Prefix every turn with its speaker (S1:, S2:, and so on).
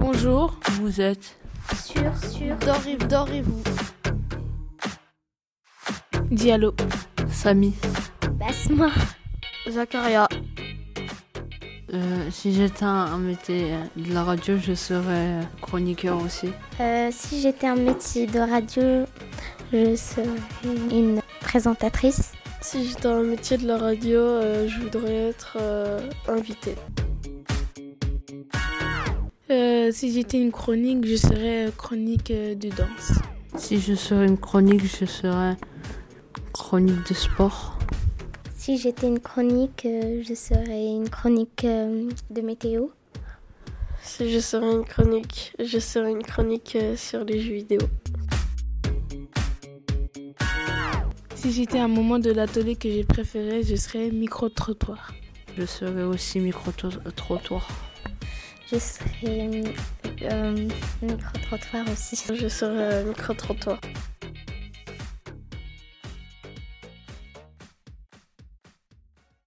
S1: Bonjour, vous êtes
S2: Sur, sur,
S3: Dorez-vous, dorez-vous.
S1: Diallo, Samy.
S2: Basma.
S3: Zacharia.
S1: Euh, si j'étais un, un métier euh, de la radio, je serais euh, chroniqueur aussi.
S2: Euh, si j'étais un métier de radio, je serais une présentatrice.
S3: Si j'étais un métier de la radio, euh, je voudrais être euh, invitée.
S4: Euh, si j'étais une chronique, je serais euh, chronique euh, de danse.
S1: Si je serais une chronique, je serais chronique de sport.
S2: Si j'étais une chronique, euh, je serais une chronique euh, de météo.
S3: Si je serais une chronique, je serais une chronique euh, sur les jeux vidéo.
S4: Si j'étais un moment de l'atelier que j'ai préféré, je serais micro-trottoir.
S1: Je serais aussi micro-trottoir.
S2: Je serais euh, euh, micro-trottoir aussi.
S3: Je serais euh, micro-trottoir.